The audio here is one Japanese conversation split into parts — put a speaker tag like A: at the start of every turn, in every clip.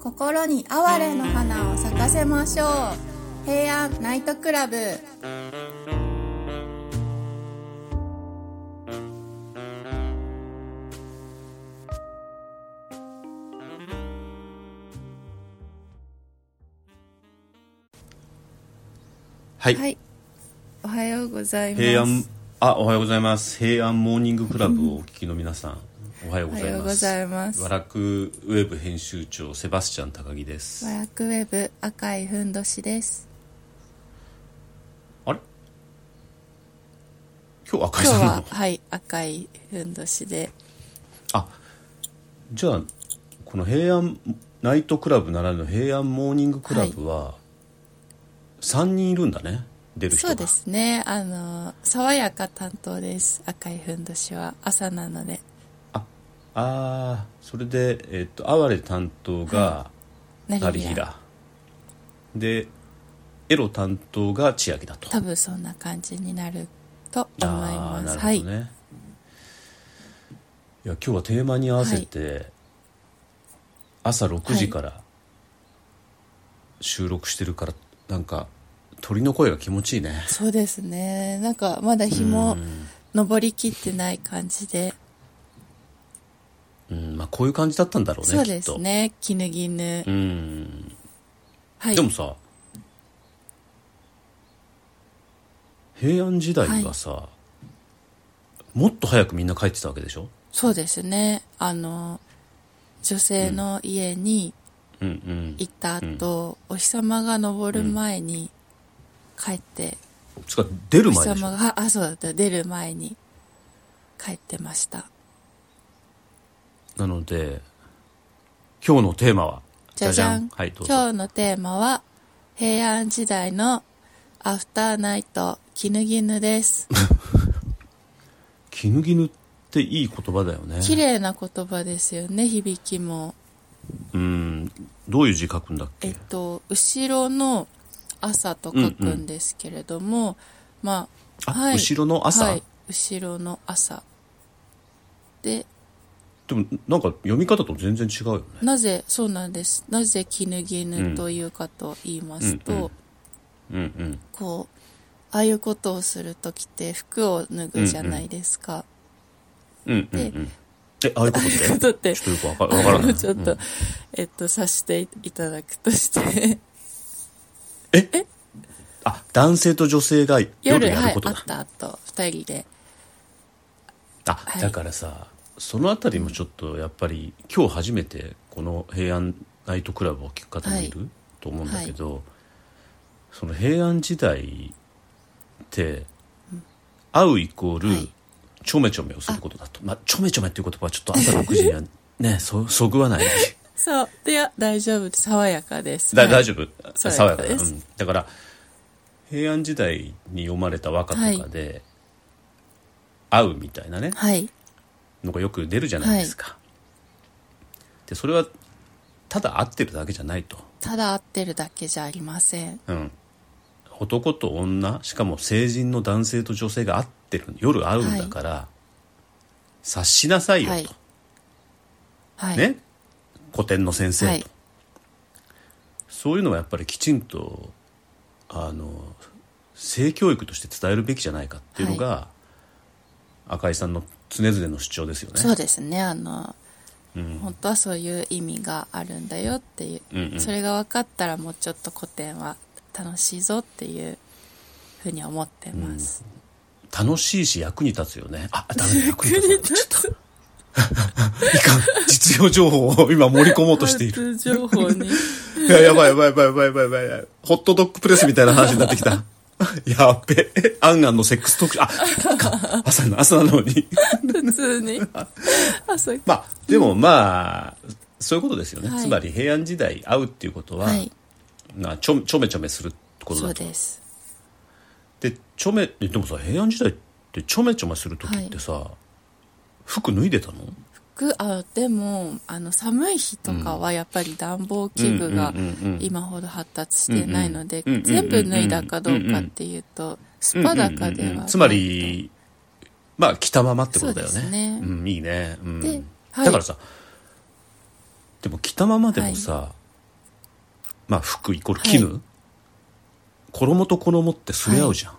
A: 心に哀れの花を咲かせましょう平安ナイトクラブ
B: はい、
C: はい。おはようございます。
B: 平安あおはようございます平安モーニングクラブをお聞きの皆さんおはようござい
C: おはよう
B: ま
C: ご
B: す
C: ざいます
B: 和楽ウェブ編集長セバスチャン高木です
C: ワラクウェブ赤いふんどしです。
B: あれ今日赤井
C: 今
B: さ
C: 日
B: んな
C: は
B: の、
C: はい、赤いふんどしで。
B: あ じゃあこの平安ナイトクラブならぬ平安モーニングクラブは、3人いるんだね出る人
C: そ
B: が
C: うですね。あの、爽やか担当です。赤いふんどしは。朝なので。
B: ああーそれで、えっと哀れ担当が
C: な
B: 成平、でエロ担当が千秋だと
C: 多分そんな感じになると思い
B: ああ
C: ま
B: ー
C: す。
B: なるほどね、い、や今日はテーマに合わせて、朝6時から収録してるから、なんか鳥の声が気持ちいいね
C: そうですね。なんか、まだ日も登りきってない感じで。
B: うんまあこういう感じだったんだろうね
C: そうです
B: きっ
C: ね。絹絹
B: とう。ん、
C: はい
B: で。もさ平安時代はさ、もっと早くみんな帰ってたわけでしょ
C: そうですね。あの、女性の家に
B: うんうん
C: 行った後、お日様が昇る前に帰って、
B: つか出る
C: お日
B: 前でしょ
C: 様が、あ、そうだった、出る前に帰ってました。
B: なので今日のテーマは
C: じゃじゃん。
B: はいどうぞ
C: 今日のテーマは、平安時代のアフターナイト、絹絹 です。
B: 絹絹っていい言葉だよね
C: 綺麗な言葉ですよね、響きも。
B: うんどういう字書くんだっ
C: えっ
B: け
C: と、後ろの朝と書くんですけれども、まあ、
B: あ後ろの朝
C: はい、後ろの朝。で、
B: でもなんか読み方と全然違うよね
C: なぜ、そうなんです。なぜ、絹絹というかと言いますと、
B: うんうん
C: こう、ああいうことをするときって服を脱ぐじゃないですか。
B: うんうんう
C: で
B: んえああいうこと
C: という
B: っ
C: ことって
B: てちょっとよくわかわからない
C: ちょっと、えっと、さしていただくとして、
B: あ男性と女性が 夜
C: 夜、
B: や
C: は
B: る
C: い、
B: こと
C: 会
B: だ、
C: った後、二人で、
B: あ、
C: い
B: だからさそのあたりもちょっとやっぱり今日初めてこの平安ナイトクラブを聞く方もいる、と思うんだけど、その平安時代って会うイコール、
C: はい
B: ちょめちょめをすることだとまあちょめちょめっていう言葉はちょっと朝6時には ねそそぐわない
C: そう、で、あ大丈夫、爽やかです。
B: だ
C: はい
B: 大丈夫
C: そう
B: 爽やかだ,、う
C: です
B: ん、だから平安時代に読まれた和歌とかで、会うみたいなね
C: はい。
B: のがよく出るじゃないですか、でそれはただ会ってるだけじゃないと、
C: ただ会ってるだけじゃありません。
B: うん、男と女しかも成人の男性と女性が会ってる夜会うんだから、察しなさいよと、
C: はいはい。
B: ね古典の先生と、
C: はい。
B: そういうのはやっぱりきちんとあの性教育として伝えるべきじゃないかっていうのが、赤井さんの常々の主張ですよね
C: そうですね。あの、本当はそういう意味があるんだよっていう、
B: うんうん
C: それが分かったらもうちょっと古典は楽しいぞっていうふうに思ってます。
B: 楽しいし役に立つよねあダメだ役に立ついかん。実用情報を今盛り込もうとしてい る。
C: 交通情報に。
B: いや、やばいやばいやばいやばいやばいやばいやばい。ホットドッグプレスみたいな話になってきた。やっべ。アンアンのセックス特集。あ、か朝の、朝なのに。
C: 普通 に。あ、そう。
B: まあ、でもまあ、そういうことですよね。
C: はい
B: つまり平安時代会うっていうことは、
C: はい。
B: まあちょ、ちょめちょめするってこと
C: そう
B: だと。
C: です。
B: で、ちょめ、えでもさ、平安時代ってちょめちょめするときってさ、服脱いでたの
C: 服、あ、でも、あの、寒い日とかはやっぱり暖房器具が
B: うんうんうんうん
C: 今ほど発達してないので
B: うんうん、
C: 全部脱いだかどうかっていうと、スパだかではないと。
B: つまりまあ着たままってことだよね
C: そうですね
B: うん、いいね、うん
C: ではい
B: だからさでも着たままでもさ、まあ服イコール
C: はい
B: 絹、衣と衣ってすれ合うじゃん、っ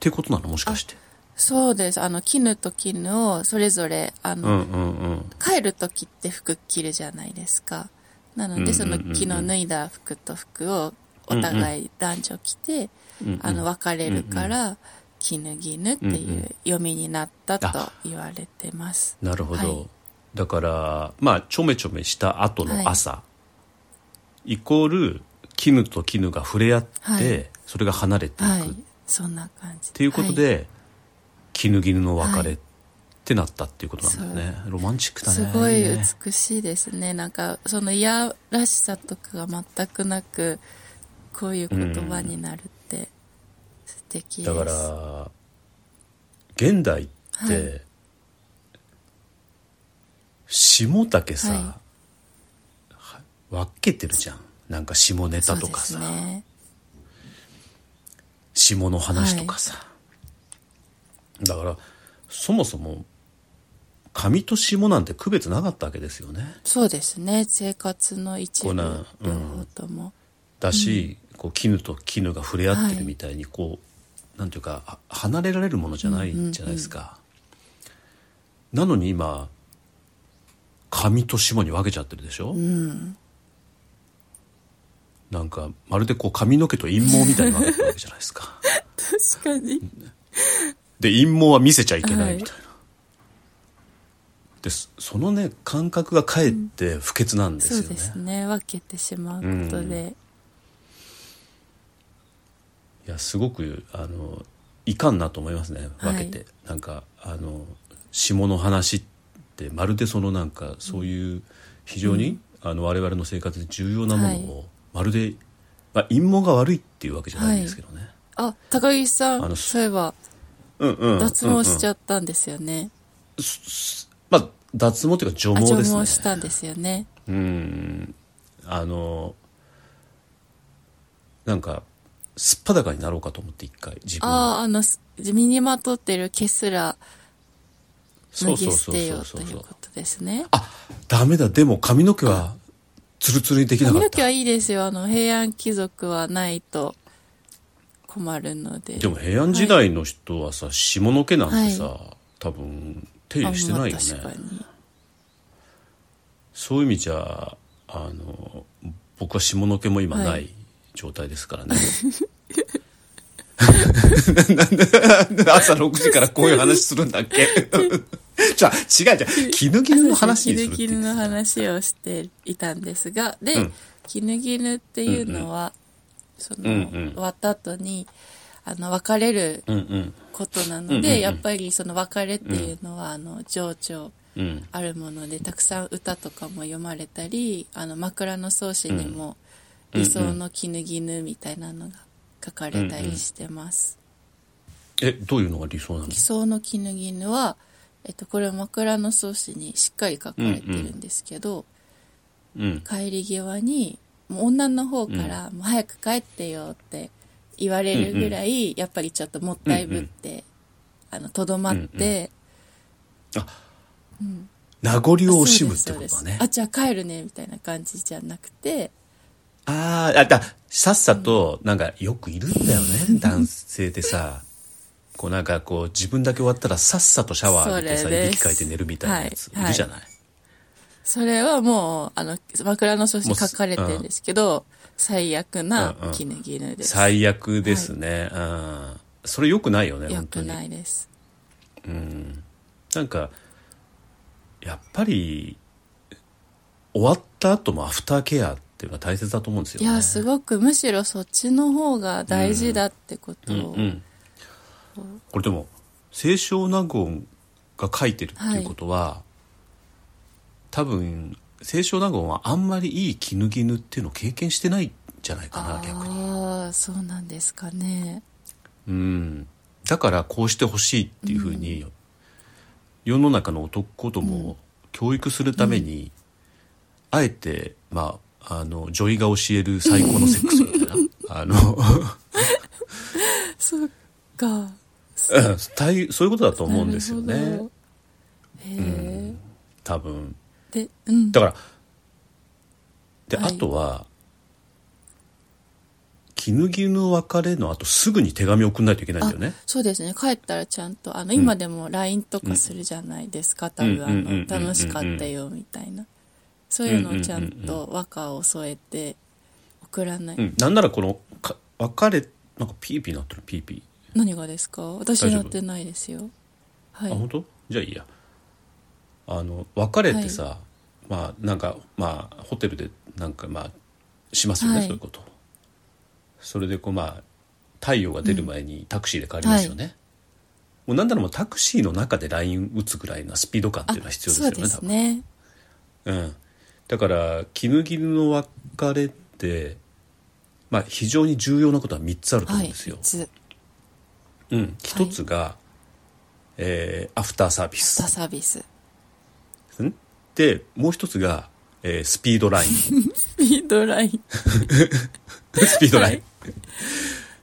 B: てことなのもしかして
C: そうです。あの、絹と絹をそれぞれ、あ
B: うん
C: の、
B: うんうん
C: 帰る時って服着るじゃないですか。なので、
B: う
C: そ
B: んうんうんう
C: の
B: ん
C: 昨日脱いだ服と服をお互い男女着て、
B: うんうん
C: あの、別れるから、絹絹っていう読みになったと言われてます。
B: なるほど、
C: はい
B: だからまあちょめちょめした後の朝、イコール絹と絹が触れ合って、
C: はい
B: それが離れていく、
C: は
B: っ
C: い。そんな感じ。
B: ていうこと
C: は
B: で、絹絹の別れ
C: はい
B: ってなったっていうことなんだよね、ロマンチックだね
C: すごい
B: ね
C: 美しいですね。なんか、その嫌らしさとかが全くなく、こういう言葉になるって素敵です。
B: だから現代って、
C: はい
B: 下だけさ、
C: はい
B: は分けてるじゃんなんか下ネタとか
C: そ
B: さ、
C: うですね。
B: 下の話とかさ、だからそもそも上と下なんて区別なかったわけですよね
C: そうですね。生活の一部
B: こん
C: 両
B: なうん
C: 方とも。
B: だし、こう絹と絹が触れ合って
C: はい
B: るみたいにこう、なんていうかあ離れられるものじゃないじゃないですか、なのに今上と下に分けちゃってるでしょ、なんかまるでこう髪の毛と陰毛みたいに分けてるわけじゃないです か
C: 確かに。
B: で陰毛は見せちゃいけないみたいな、でそそのね感覚がかえって不潔なんです
C: そ
B: よ
C: う
B: ね、
C: ですね。分けてしまうことで。
B: いやすごくあのいかんなと思いますね
C: はい
B: 分けて、なんかあの下の話ってまるでそのなんかそういう非常に、あの我々の生活で重要なものを、まるで、まあ、陰謀が悪いっていうわけじゃないんですけどね、
C: あ、高木さ
B: あ
C: ん、
B: の
C: そういえば、
B: うんうん
C: 脱毛しち
B: ゃ
C: ゃったんですよね。
B: うん、まあ脱毛っていうか除
C: あ、
B: 毛
C: 除
B: ですね
C: 毛したんですよね。
B: うんあのなんかすっぱだかになろうかと思って一回自分
C: ああ、あの、す身にまとってる毛すら脱ぎ捨てようということですね。
B: あ、ダメだ。でも髪の毛はツルツルにできなか
C: 髪
B: っ
C: の毛
B: た。
C: はいいですよ。あの、平安貴族はないと困るので。
B: でも平安時代の人はさ、下の毛なんてさ、
C: は
B: 多分手入れしてないよ
C: あまあ確
B: ね。
C: かに。
B: そういう意味じゃ、あの、僕は下の毛も今ない、
C: はい
B: 状態ですからね。なんで朝6時からこういう話するんだっけ じゃあ違う違う。絹絹の話にするって
C: キヌ
B: 言
C: キ
B: っ
C: ヌ
B: て
C: の
B: た
C: 話をしていたんですが、で、
B: うん
C: キヌキヌっていうのは、その、
B: うんうん
C: 終わった後に、あの、別れる
B: うんうん。
C: ことなので、やっぱりその別れっていうのは、あの、情緒
B: うん。
C: あるもので、たくさん歌とかも読まれたり、あの、枕草子にも、理想のキヌギヌみたいなのが書かれたりしてます。
B: え、どういうのが理想なの
C: 理想の絹絹は、えっと、これは枕草子にしっかり書かれてるんですけど、
B: うん。
C: 帰り際にもう女の方から「もう早く帰ってよ」って言われるぐらい、やっぱりちょっともったいぶって、あのとどまって、
B: 名残を惜し
C: そう
B: む
C: で
B: っ
C: すそ
B: て
C: う
B: こ
C: で
B: と
C: す
B: だね。
C: あじゃあ帰るねみたいな感じじゃなくて
B: あーあ、だ、さっさと、なんか、よくいるんだよね、男性ってさ。こうなんか、こう、自分だけ終わったら、さっさとシャワー浴びて
C: そ
B: さ、
C: れ
B: い
C: で
B: びき
C: す
B: かいて寝るみたいなやつ、
C: はい
B: いるじゃない、
C: それはもうあの枕草子に書かれてるんですけど、最悪な
B: うんうん
C: 絹絹です、
B: 最悪ですね。うん。それ良くないよね、
C: 良
B: 本当
C: く
B: に。
C: ないです
B: なんか、やっぱり、終わった後もアフターケアっていうのは大切だと思うんですよ、
C: い
B: ね。
C: やすごくむしろそっちの方が大事だってことを、
B: うん、これでも清少納言が書いてるっていうことは、多分清少納言はあんまりいい絹絹っていうのを経験してないんじゃないかな逆に、
C: ああそうなんですかね
B: うん、だからこうしてほしいっていうふうに、世の中の男どもを教育するために、あえてまああの女医が教える最高のセックスみたいなあの
C: そっか
B: うん大そういうことだと思うんですよ
C: なるほ
B: ね
C: どへえ
B: 多分
C: でうん
B: だからで、
C: はい
B: あとは絹着の別れの後すぐに手紙送んないといけないんだ
C: あ
B: よね。
C: そうですね帰ったらちゃんとあの今でも LINE とかするじゃないですか、多分あ
B: うんうんうんうん
C: の楽しかったよみたいなそういうのをちゃんと和歌を添えて送らない、
B: うん、なんならこのか別れなんかピーピーなってるピーピー、
C: 何がですか私
B: 大丈
C: な
B: 夫
C: ってないですよはい
B: あ本当じゃあいいやあの別れってさ、まあなんかまあホテルでなんかまあしますよね、
C: はい
B: そういうことそれでこうまあ太陽が出る前にタクシーで帰りますよね、もうなんならもうタクシーの中で LINE 打つぐらいのスピード感っていうのは必要です
C: そ
B: よ
C: う
B: ね
C: ですね
B: 多分うんだから絹絹の別れってまあ非常に重要なことは3つあると
C: は
B: 思うん
C: いい
B: ですよ、
C: つ
B: うん、一つが、えーアフターサービス
C: ザサービス
B: んでもう一つが、えースピードラインス
C: ミードライン
B: ピードライン、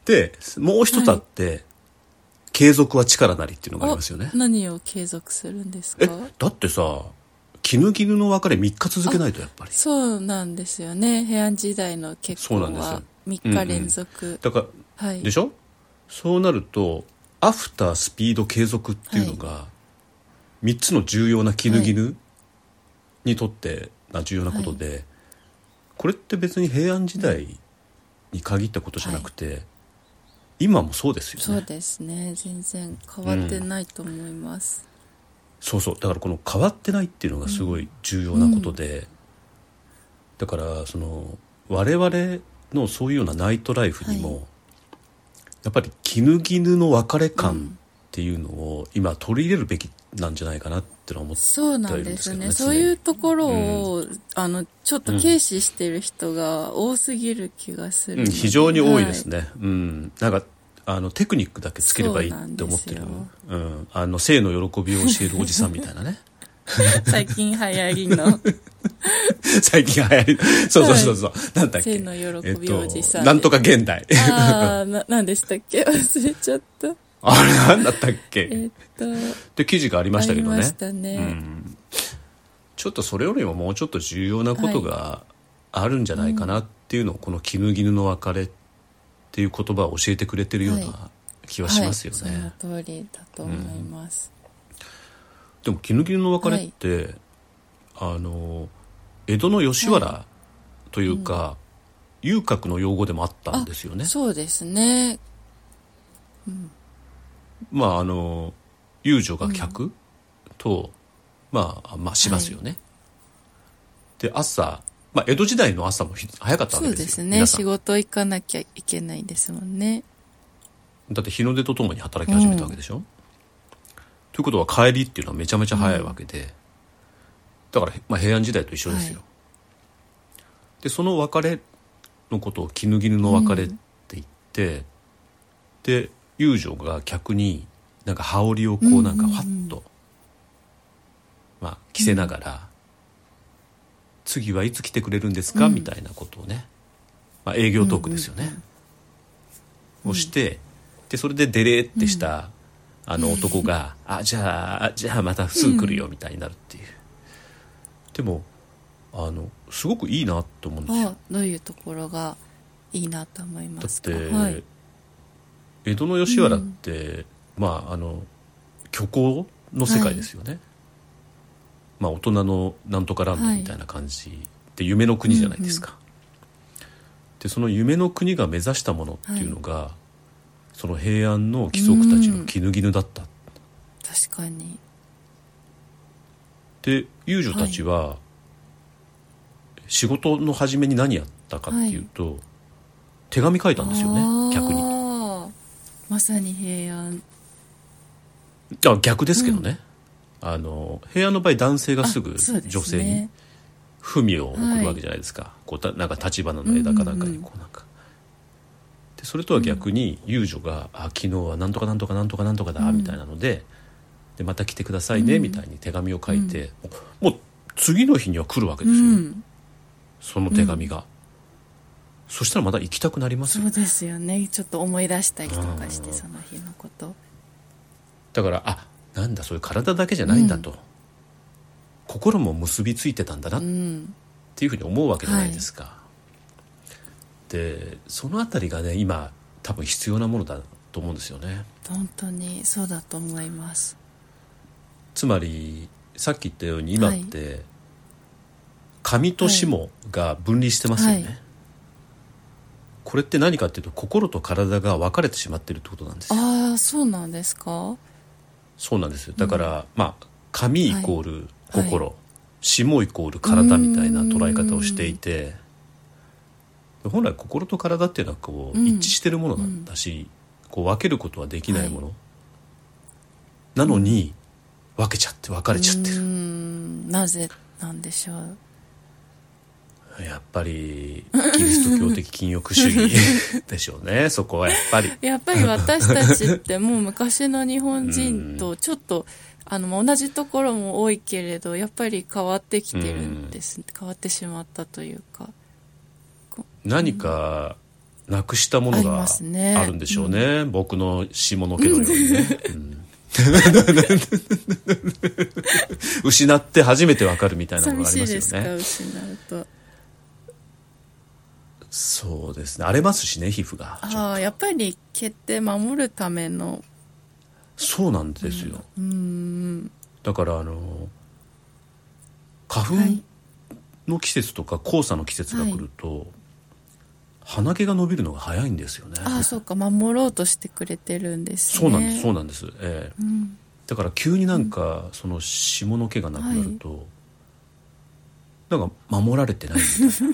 B: でもう一つあって、継続は力なりっていうのがありますよね
C: お何を継続するんです
B: え
C: か
B: だってさ絹絹の別れ3日続けないとやっぱり
C: そうなんですよね平安時代の結
B: そうな
C: 婚
B: んですよ
C: は3日連続、
B: だから、
C: はい
B: でしょそうなるとアフタースピード継続っていうのが、3つの重要な絹絹にとってな重要なことで、これって別に平安時代に限ったことじゃなくて、今もそうですよね
C: そうですね全然変わってないと思います、
B: そうそうだからこの変わってないっていうのがすごい重要なことで、だからその我々のそういうようなナイトライフにも、
C: は
B: やっぱり絹絹の別れ感っていうのを今取り入れるべきなんじゃないかなってのは思って
C: そうなんですね
B: だいぶですけどね
C: そういうところを、あのちょっと軽視してる人が多すぎる気がするの
B: うん
C: で、
B: 非常に多いです
C: ね
B: ね、うんなんかあのテクニックだけつければいい
C: そうなん
B: っ
C: です
B: て
C: よ
B: 思ってるうん、あの性の喜びを教えるおじさんみたいな ね
C: 最近流行 りの
B: 最近流行りそうそうそうそう、なんだっけ
C: 性の喜びおじさん
B: えっと、なんとか現代
C: ああな何でしたっけ忘れちゃった
B: あれなんだったっけ、
C: えっと
B: って記事がありま
C: あ
B: したけ
C: り
B: どね
C: ましたね、
B: うん、ちょっとそれよりももうちょっと重要なことがあるんじゃないかなっていうのを、この「絹絹の別れ」っていう言葉を教えてくれてるような
C: は
B: 気はしますよね、
C: はい、その通りだと思います、
B: でも「絹絹の別れ」って、あの江戸の吉原というか、遊郭の用語でもあったんですよね
C: そうですね
B: まああの遊女が客と、まあまあしますよね、で朝、まあ、江戸時代の朝もひ早かったわ
C: そ
B: け
C: う
B: です
C: で
B: よ
C: すね
B: 皆さん
C: 仕事行かなきゃいけないですもんね
B: だって日の出とともに働き始めたわけでしょ、ということは帰りっていうのはめちゃめちゃ早いわけで、だから、まあ、平安時代と一緒ですよ、
C: は
B: でその別れのことを「絹絹の別れ」って言って、で遊女が客になんか羽織をこうなんかファッと、まあ、着せながら、次はいつ来てくれるんですか、みたいなことをね、まあ、営業トークですよね、をしてでそれでデレーってした、あの男 が「あじゃあじゃあまたすぐ来るよ」みたいになるっていう、でもあのすごくいいなと思うんですよ
C: あどういうところがいいなと思い
B: だ
C: ま
B: っ
C: すか
B: て、
C: はい、
B: 江戸の吉原って、まああの虚構の世界ですよね、まあ大人のなんとかランドみたいな感じで夢の国じゃないですか、でその夢の国が目指したものっていうのが、その平安の貴族たちの絹絹だった、
C: 確かに
B: で遊女たちは、仕事の始めに何やったかっていうと、手紙書いたんですよね
C: あー
B: 逆に
C: まさに平安
B: あ逆ですけどね、あの平安の場合男性がすぐ
C: あそうですね
B: 女性に文を送るわけじゃないですか、こうたなんか立花の枝かなんかにこうなんか、でそれとは逆に遊女が「あ昨日はなんとかなんとかなんとかなんとかだ」みたいなので「でまた来てくださいね」みたいに手紙を書いて、もうもう次の日には来るわけ
C: う
B: ですよ、
C: ん
B: その手紙が、そしたらまた行きたくなります
C: そ
B: よ
C: うですよねちょっと思い出したりとかしてその日のこと
B: だからあなんだそういう体だけじゃないんだと、心も結びついてたんだなっ
C: うん
B: っていうふうに思うわけじゃないですか、ってその辺りがね今多分必要なものだと思うんですよね
C: 本当にそうだと思います
B: つまりさっき言ったように今って、紙と下が分離してますよね、
C: はい
B: これって何かっていうと心と体が分かれてしまってるってことなんですよ
C: ああそうなんですか
B: そうなんですよだから、まあ紙イコール心、
C: は
B: 霜イコール体みたいな捉え方をしていて本来心と体っていうのはこう
C: うん
B: 一致してるものなんだし、こう分けることはできないもの、なのに分けちゃって分かれちゃって
C: うー
B: る、
C: んなぜなんでしょう
B: やっぱりキリスト教的禁欲主義 でしょうねそこはやっぱり
C: やっぱり私たちってもう昔の日本人とちょっと、あの、同じところも多いけれど、やっぱり変わってきてるんです。変わってしまったというか。
B: 何かなくしたも
C: あ
B: の
C: り
B: が
C: ますね
B: あるんでしょうね、僕の下の毛のように ね、うん、 失って初めてわかるみたいな
C: 寂
B: のがあ
C: し
B: り
C: い
B: ま
C: です
B: す
C: か、
B: よね
C: 失うと。
B: そうですね荒れますしね皮膚が
C: ああ、やっぱり毛って守るための、
B: そうなんですよ、
C: うーん、
B: だからあの花
C: は
B: 粉
C: い
B: の季節とか黄砂の季節が来ると、鼻毛が伸びるのが早いんですよね
C: ああ、そうか、守ろうとしてくれてるんですね。
B: そうなんです、そううなんです。ええ
C: ん
B: だから急になんか、その下の毛がなくなると、なんか守られてない みたいな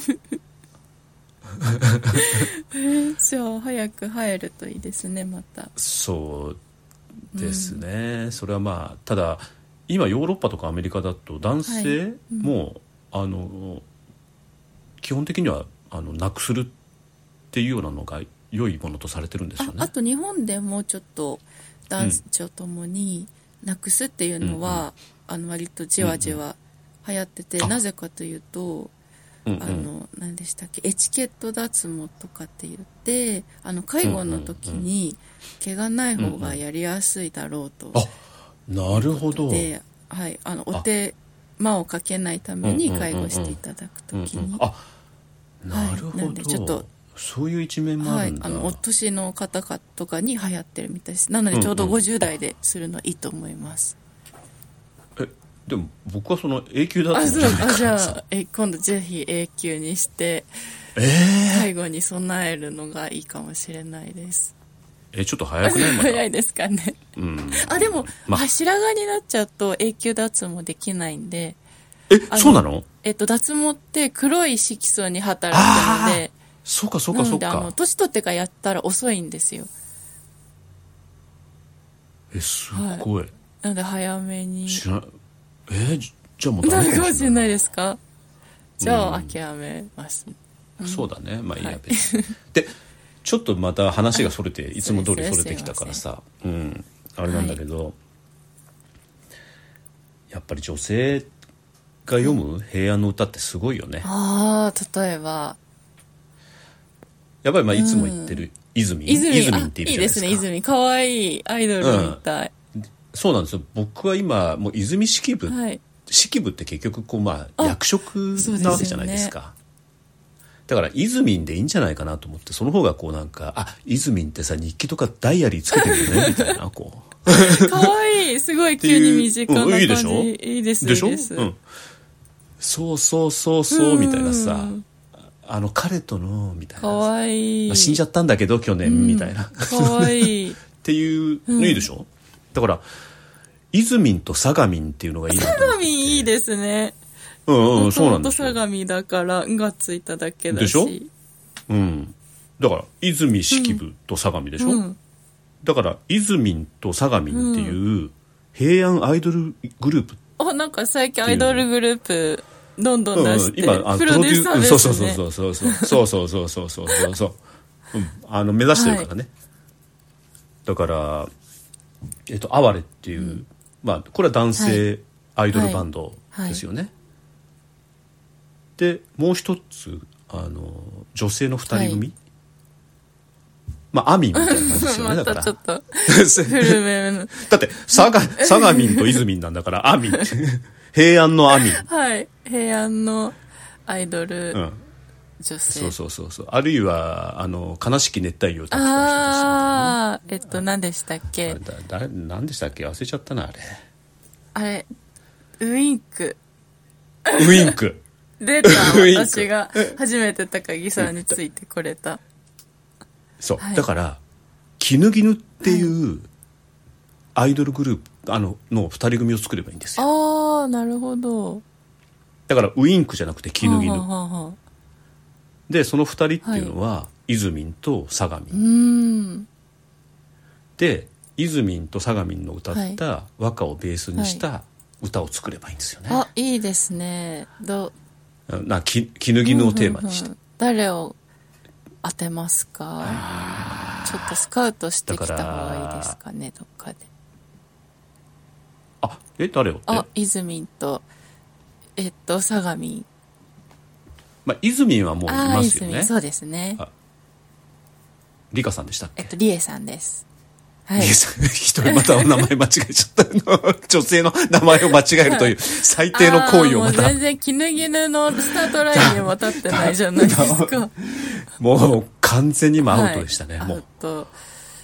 C: じゃあ、早く生えるといいですね、また。
B: そうですね、それはまあただ今ヨーロッパとかアメリカだと男性も、あの基本的にはあのなくするっていうようなのが良いものとされてるんですよ
C: あ
B: ね
C: あと日本でもちょっと男女ともになくすっていうのは、あの割とじわじわ流行ってて、
B: あ
C: なぜかというと
B: うんう
C: あ
B: ん
C: の何でしたっけエチケット脱毛とかって言ってあの介護の時に毛がない方がやりやすいだろうと。
B: あなるほど
C: で、はい、あのお手間をかけないために介護していただく時
B: うんう
C: に
B: ん。あなるほど、
C: なんでちょっと
B: そういう一面もあ
C: は
B: る
C: い
B: ん、だ、
C: あのお年の方かとかに流行ってるみたいですなのでちょうど
B: うんうん
C: 50代でするのはいいと思います、
B: えでも僕はその永久だ
C: あ
B: と
C: そう
B: 思って
C: あ
B: ない
C: じ
B: か
C: ゃ
B: らさ
C: あえ今度ぜひ永久にして
B: えー
C: 介護に備えるのがいいかもしれないです
B: えちょっと早くないまだ
C: 早いですかね
B: うん、
C: あでも、
B: ま
C: 柱がになっちゃうと永久脱毛できないんで
B: え
C: あの
B: そうなの
C: えっと脱毛って黒い色素に働くので
B: そうかそう
C: な
B: かそ
C: の
B: う
C: であの
B: か
C: 年取ってからやったら遅いんですよ
B: えすっごい、
C: なので早めに
B: 知らえーじじゃあもうダ
C: な
B: メ
C: る
B: か
C: か
B: も
C: も
B: し
C: し
B: れ
C: れ
B: な
C: ないいですかじゃあ
B: うん
C: 諦めます、
B: そうだねまあいい
C: は
B: や
C: い
B: 別に、でちょっとまた話がそれて、い、つも通り
C: そうで
B: そ
C: す
B: れ
C: ね
B: てきたからさうんあれなんだけど、やっぱり女性が読む平安の歌ってすごいよね
C: ああ例えば
B: やっぱりまあいつも言ってる、泉
C: 泉
B: 泉
C: あ
B: っている
C: い
B: じ
C: いで
B: ゃないです
C: す
B: か
C: ね泉かわいいアイドルみたい、
B: そうなんですよ僕は今もう泉式部、
C: はい
B: 式部って結局こうまあ
C: あ
B: 役職なわけじゃないですかだからイズミンでいいんじゃないかなと思ってその方がこうなんか「あイズミンってさ日記とかダイアリーつけてるよね」みたい なこう
C: かわいいすごい
B: ってい
C: 急
B: う
C: に身近な感じ、
B: うんいいでしょ
C: いいです
B: でしょ
C: いいです、
B: うん、そうそうそうそうみたいなさ
C: うん
B: あの彼とのみたいな
C: かわいい、
B: まあ死んじゃったんだけど去年みたいな、っ
C: かわい い
B: ていうのいいでしょ、だからイズミンとサガミンっていうのがいいなと思っ
C: 相
B: て
C: 模いいですね
B: うんうん
C: 元
B: そうなん
C: 々
B: ですよ
C: 相模だから「ん」がついただけだし
B: でしょうん、だから泉式部と相模でしょ、
C: うん
B: だから泉と相模っていう平安アイドルグループ、
C: あなんか最近アイドルグループどんどん出して、
B: 今あの
C: プロデューサー
B: プ
C: ですね
B: ロデューそうそうそうそうそうそうそうそうそうそうそう、うん、あの目指してるからね、だからえっと哀れっていう、まあこれは男性アイドルバンドですよね、でもう一つあの女性の二人組、まあアミみたいな感じですよね
C: ま
B: だ
C: た
B: から
C: ちょっ と古めの
B: だって、サガ、サガミンとイズミンなんだから、ア ミン。平安のアミン。
C: はい平安のアイドル、
B: うん。
C: 女性
B: そうそうそうそうあるいはあの悲しき熱帯魚を炊き込んだ
C: ああえっと何でしたっけ
B: 人たちねあれだ誰何でしたっけ忘れちゃったなあれ
C: あれウインク
B: ウインク
C: 出た
B: ウインク
C: 私が初めて高木さんについてこれた
B: そう、
C: はい
B: だから絹絹っていうアイドルグループあのの2人組を作ればいいんですよ
C: ああなるほど
B: だからウインクじゃなくて絹
C: はあ
B: 絹
C: はあはあ
B: でその2人っていうのは、イズミンとサガミ
C: う
B: ン
C: ーん
B: でイズミンとサガミンの歌った和歌をベースにした歌を作ればいいんですよね、
C: あいいですねど
B: なき絹絹をテーマにし
C: うん
B: て、
C: うんうん誰を当てますかちょっとスカウトしてきた方がいいですかねどっかで
B: あえ誰をって
C: あイズミンとえっと相模
B: まあ、イズミンはもうい
C: ああ
B: ま
C: ーイ
B: す
C: ズ
B: よ
C: ミ
B: ね
C: ンそうですね
B: あリカさんでしたっ
C: え
B: け
C: っとリエさんですはい
B: リエさん一人またお名前間違えちゃった。 女性の名前を間違えるという最低の行為をま
C: あーもう
B: た。
C: 全然絹絹のスタートラインにも立ってないじゃないです か
B: もう完全に今アウトでしたね。も
C: アウ
B: う。
C: ト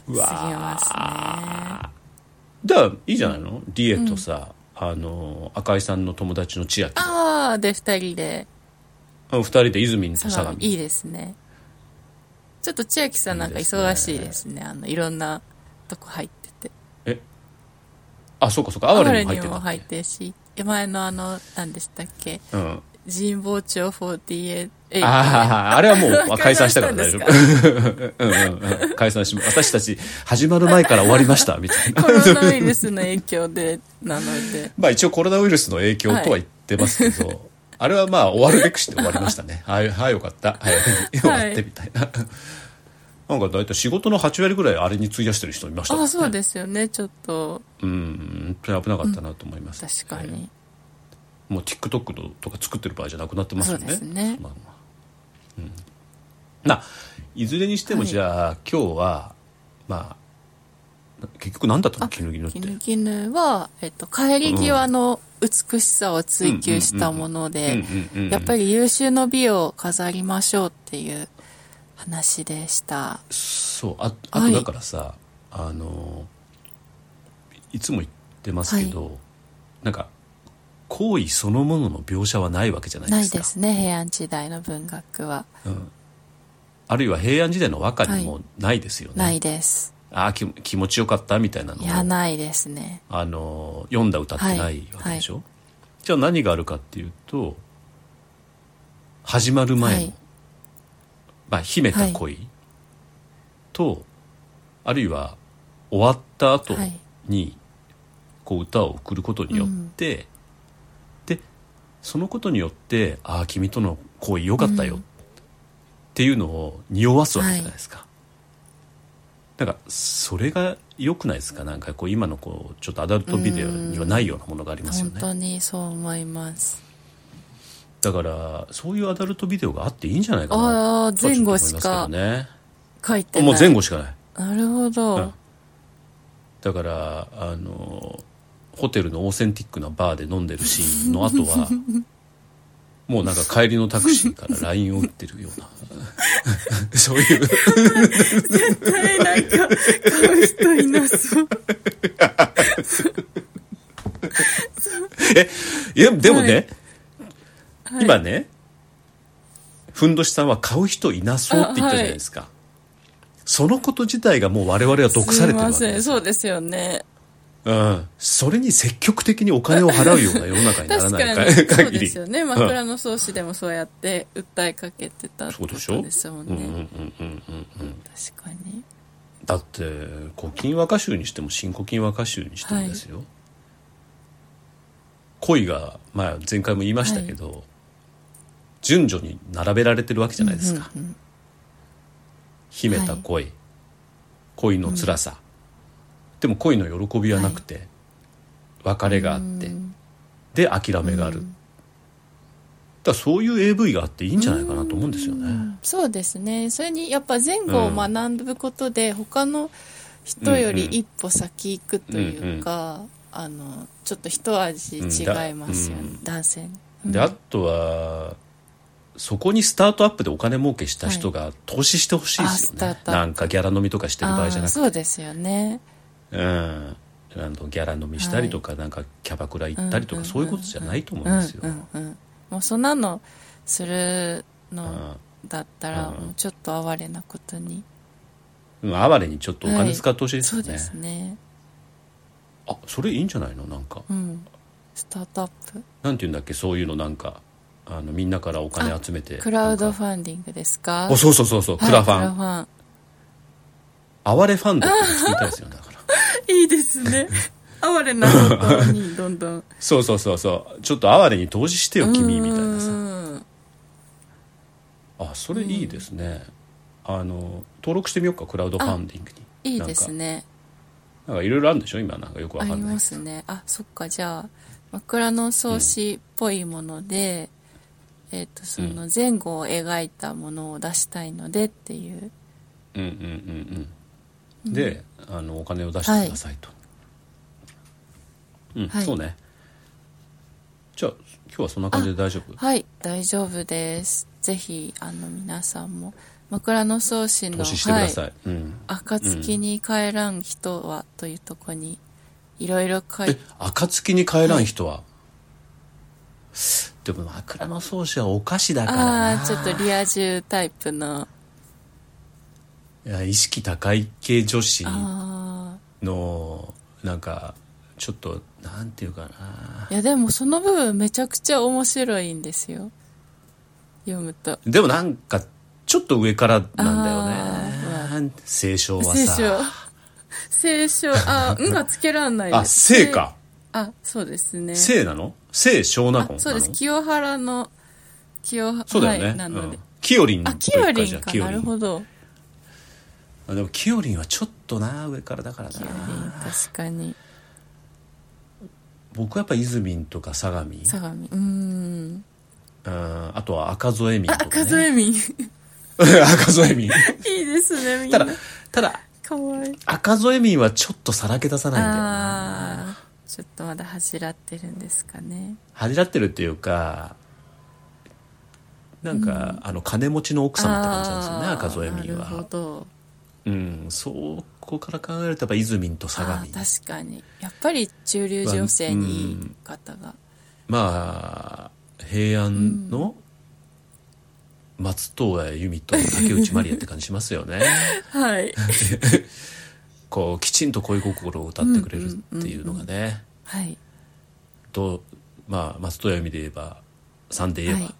C: すぎ
B: うわー
C: ま
B: だからいいじゃないのリエとさ、あの、赤井さんの友達の千秋
C: すね。ああで二人で
B: 二人でイズミンと
C: 相
B: 相
C: 模
B: 模。
C: いいですねちょっと千秋さんなんか忙しいですねあのいろんなとこ入ってて
B: えあ、そうかそうか。哀れにも入
C: に
B: って
C: も
B: たっ
C: 入っ
B: け。
C: てるし前のあの何でしたっけ
B: うん。
C: 神保町48
B: ああ、あれはもう解散したから大 丈
C: 解
B: 夫。 うんうんうん解散し、私たち始まる前から終わりました、みたいな。
C: コロナウイルスの影響でなの で
B: まあ一応コロナウイルスの影響とは言ってますけど、 あれはまあ終わるべくして終わりましたね。 はい、はい、よかった。はい、終わってみたいな。 なんか大体仕事の8割ぐらいあれに費やしてる人いました
C: あ
B: もん
C: あ
B: ね
C: そうですよねちょっと
B: うん、本当に危なかったなと思います。
C: 確か
B: はい
C: に
B: もう TikTok とか作ってる場合じゃなくなってますよね。
C: そうですね
B: まあまあうん、な、いずれにしても
C: はい
B: じゃあ、今日は、まあ、な結局何だったの絹絹っ
C: キ
B: て。
C: ヌキヌは、えっと、帰り際の美しさを追求したもの
B: うん
C: で
B: うんうんうん
C: やっぱり優秀の美を飾りましょうっていう話でした
B: そう、ああ
C: は
B: と
C: い
B: だからさ、あの、いつも言ってますけど、なんか、行為そのものの描写はないわけじゃない
C: な
B: で
C: い
B: すか。
C: ですね平安時代の文学は
B: あるいは平安時代の和歌にもないですよね。
C: ないです
B: ああ、き気持ちよかったみたいな
C: い
B: のも
C: やないですね
B: あの読んだ歌ってないわけでしょ、じゃあ何があるかっていうと始まる前の、
C: はい
B: まあ、秘めた恋と、あるいは終わった後
C: はい
B: にこう歌を送ることによって、でそのことによってああ君との恋良かったよ、
C: うん
B: っていうのを匂わすわけじゃないですか、なんかそれが良くないですかなんかこう今のこうちょっとアダルトビデオにはないようなものがありますよ
C: 本当
B: ね
C: にそう思います
B: だからそういうアダルトビデオがあっていいんじゃないか
C: あ
B: な
C: ー
B: とはちょっと思いますけどね
C: 書いてない
B: もう前後しかない
C: なるほど、
B: うんだからあのホテルのオーセンティックなバーで飲んでるシーンの 後はもうなんか帰りのタクシーから LINE を打ってるような そういう
C: えなんか買う人いなそう
B: いやでもね、
C: はいはい
B: 今ねふんどしさんは買う人いなそうって言ったじゃないですか、そのこと自体がもう我々は毒されてるわけ
C: すいませ
B: で
C: ん
B: す
C: そうですよね
B: うん、それに積極的にお金を払うような世の中になら
C: 確
B: な
C: かに
B: いか
C: そう
B: 限
C: で
B: り
C: すよね枕草子でもそうやって訴えかけてたって
B: そ
C: こ
B: う
C: と
B: でしょ
C: ですもんね、
B: うんうんうんうんうん
C: 確かに
B: だって古今和歌集にしても新古今和歌集にしてもですよ、恋が、まあ、前回も言いましたけど、順序に並べられてるわけじゃないですか、秘めた恋、恋の辛さ、でも恋の喜びはなくて、別れがあってで諦めがある、だからそういう AV があっていいんじゃないかなと思うんですよね、
C: そうですねそれにやっぱ前後を学ぶことで、他の人より一歩先行くというか、あのちょっと一味違いますよね、
B: うん
C: 男性に
B: であとはそこにスタートアップでお金儲けした人が投資してほしいですよね、
C: あスタートアップ
B: なんかギャラ飲みとかしてる場合じゃ
C: あー
B: なくて
C: そうですよね。
B: うん、あのギャラ飲みしたりとか、なんかキャバクラ行ったりとか、
C: うんうんうんうん
B: そういうことじゃないと思う
C: うんん
B: ですよ、
C: うんうん。もうそんなのするの
B: あ
C: だったら、
B: うん
C: もうちょっと哀れなことに。
B: あ哀れにちょっとお金使ってほしいです
C: そう
B: よね、
C: ですね。
B: あそれいいんじゃないのなんか
C: うん。スタートアップ。
B: なんて言うんだっけそういうのなんかあのみんなからお金集めて
C: クラウド
B: ァン
C: ファンディングですか
B: おそうそうそうそうクラファン
C: ン。
B: 哀れファンドって作りたいですよねだから
C: いいですね。哀れなことにど んどん。
B: そうそうそうそうちょっと哀れに投資してよ君みたいな
C: う
B: さ
C: ん
B: あそれいいですね、あの登録してみようかクラウドファンディングに
C: いいですね。
B: なんかなんかいろいろあるんでしょ今なんかよくわ
C: あ
B: か
C: り
B: んない
C: ますね。あ、そっか、じゃあ、枕草子っぽいもので、えっ、と、その前後を描いたものを出したいのでっていう。
B: うんうんうんうんであのお金を出してくださいと、うん、
C: はい
B: そうねじゃあ今日はそんな感じで大丈夫
C: はい、大丈夫です。ぜひ、あの、皆さんも、枕草子の、
B: 投資してくだ
C: は
B: さい、うん
C: い、暁に帰らん人はというとこに、いろいろ書い
B: え暁に帰らん人は、でも枕草子はお菓子だからな
C: ああー、ちょっとリア充タイプの、
B: いや意識高い系女子
C: あ
B: のなんかちょっとなんていうかな
C: あ。いや、でもその部分めちゃくちゃ面白いんですよ。読むと。
B: でもなんかちょっと上から
C: あ
B: なんだよね清書はさ
C: 聖書。聖書、あ、 うんがつけらんない
B: あ聖か。
C: あ、そうですね。
B: 聖なの聖小納
C: あ
B: 言な、の
C: そうです。清原の、清原、
B: そうだよね、
C: はいなので。
B: うんキオリン
C: あ、
B: と
C: キヨ
B: いうか
C: リ
B: じゃ
C: ン
B: あ
C: か。
B: キオ
C: な
B: リ
C: る
B: ン
C: ほど。
B: あでもキオリンはちょっとな上からだから
C: キヨリ
B: な
C: ン、確かに。
B: 僕はやっぱイズミンとか相模
C: 相模。うーん。
B: うんあとは赤添民
C: あ、
B: とか、ね、
C: 赤添 民。い
B: 赤添 民
C: いですね、みん
B: た
C: な
B: だ。ただ
C: かわいい。
B: 赤添民はちょっとさらけ出さないんだよな
C: ああー、ちょっとまだ恥じらってるんですかね。
B: 恥じらってるっていうかなんか、あの金持ちの奥様って感じなんですよね
C: あー
B: 赤添民
C: なるほ
B: は
C: ど。
B: うんそこから考えるとやっぱイズミンと相模
C: ああー、確かに。やっぱり中流女性にいい方が。
B: まあ平安の松任谷由実と竹内まりやって感じしますよね
C: はい。
B: こうきちんと恋心を歌ってくれるっていうのがね、
C: はい。
B: と、まあ、松任谷由実で言えば3で言えば、
C: はい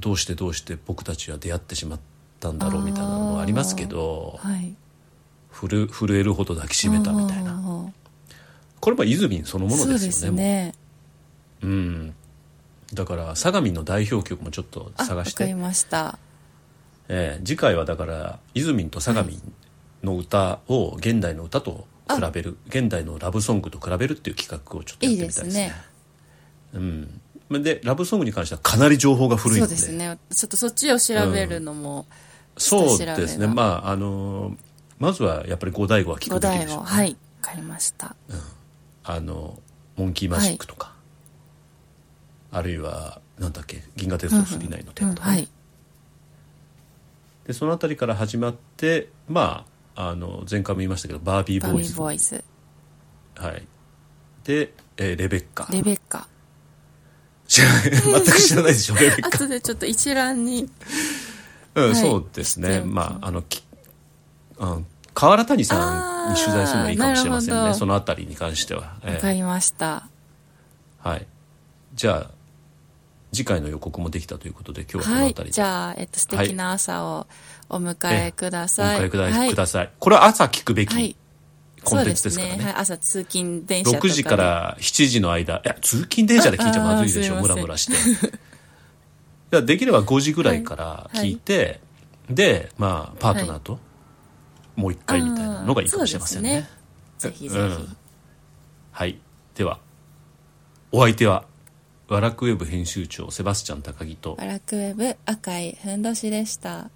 B: どうしてどうして僕たちは出会ってしまったんだろうみたいなのもありますけど
C: はい。
B: 震え震えるほど抱きしめたみたいな
C: な。
B: これはイズミンそのもの
C: そう
B: で
C: です
B: よね
C: すね。
B: もううん、だから相模の代表曲もちょっと
C: あ、
B: 探し
C: わかり
B: て、
C: ました。
B: ええ次回はだからイズミンと相模の歌を現代の歌と比べる、現代のラブソングと比べるっていう企画をちょっとやってみたいですね
C: いいですね
B: うん、でラブソングに関してはかなり情報が古い
C: そ
B: の
C: う
B: で
C: ですね。ちょっとそっちを調べるのも、
B: そう
C: 下調べ
B: ですね
C: が
B: まああのーまずはやっぱり五大悟は聞
C: 五
B: くべき
C: 代
B: でし
C: を。
B: ょう
C: はい。わかりました。
B: あのモンキーマジックとか、あるいはなんだっけ銀河鉄道999の
C: う
B: 点
C: ん
B: とかね、
C: はい。
B: でその辺りから始まってまああの前回も言いましたけどバービー
C: バ
B: ボー
C: ミ
B: イズ
C: ボーイズ、
B: はい、で、えーレベッカ
C: レベッカ。
B: 知らない全く知らないでしょレベッカ、
C: 後でちょっと一覧に。
B: うん
C: はい
B: そうです
C: 知っ
B: ね
C: ておきます
B: まああのきあ河原谷さんに取材するのもいいかもしれませ
C: あー
B: ん
C: なるほ
B: ね
C: ど
B: その辺りに関しては、え
C: わ
B: え
C: かりました。
B: はい。じゃあ、次回の予告もできたということで、今日はこの
C: は
B: あ
C: い
B: たり。で、
C: じゃあ、えっと、素敵な朝をお迎えくだ
B: お
C: さい。
B: 迎えくだ,、
C: はい
B: ください。これは朝聞くべ
C: はい
B: きコンテンツですからね。
C: そうはい、朝通勤電車とか、
B: 6
C: ね。
B: 時から7時の間、いや、通勤電車で聞いちゃまずいでし
C: あ
B: ょ、
C: あー
B: ム
C: すいませ
B: ラ
C: ん
B: ムラして。いやできれば5時ぐらいから聞いて、で、まあ、パートナーと、もう一回みたいなのがいいかもしれませんね。
C: そうですねぜひぜ
B: う
C: ひ。
B: んはい。では、お相手は、ワラクウェブ編集長、セバスチャン高木と、
C: バラクウェブ赤いふんどしでした。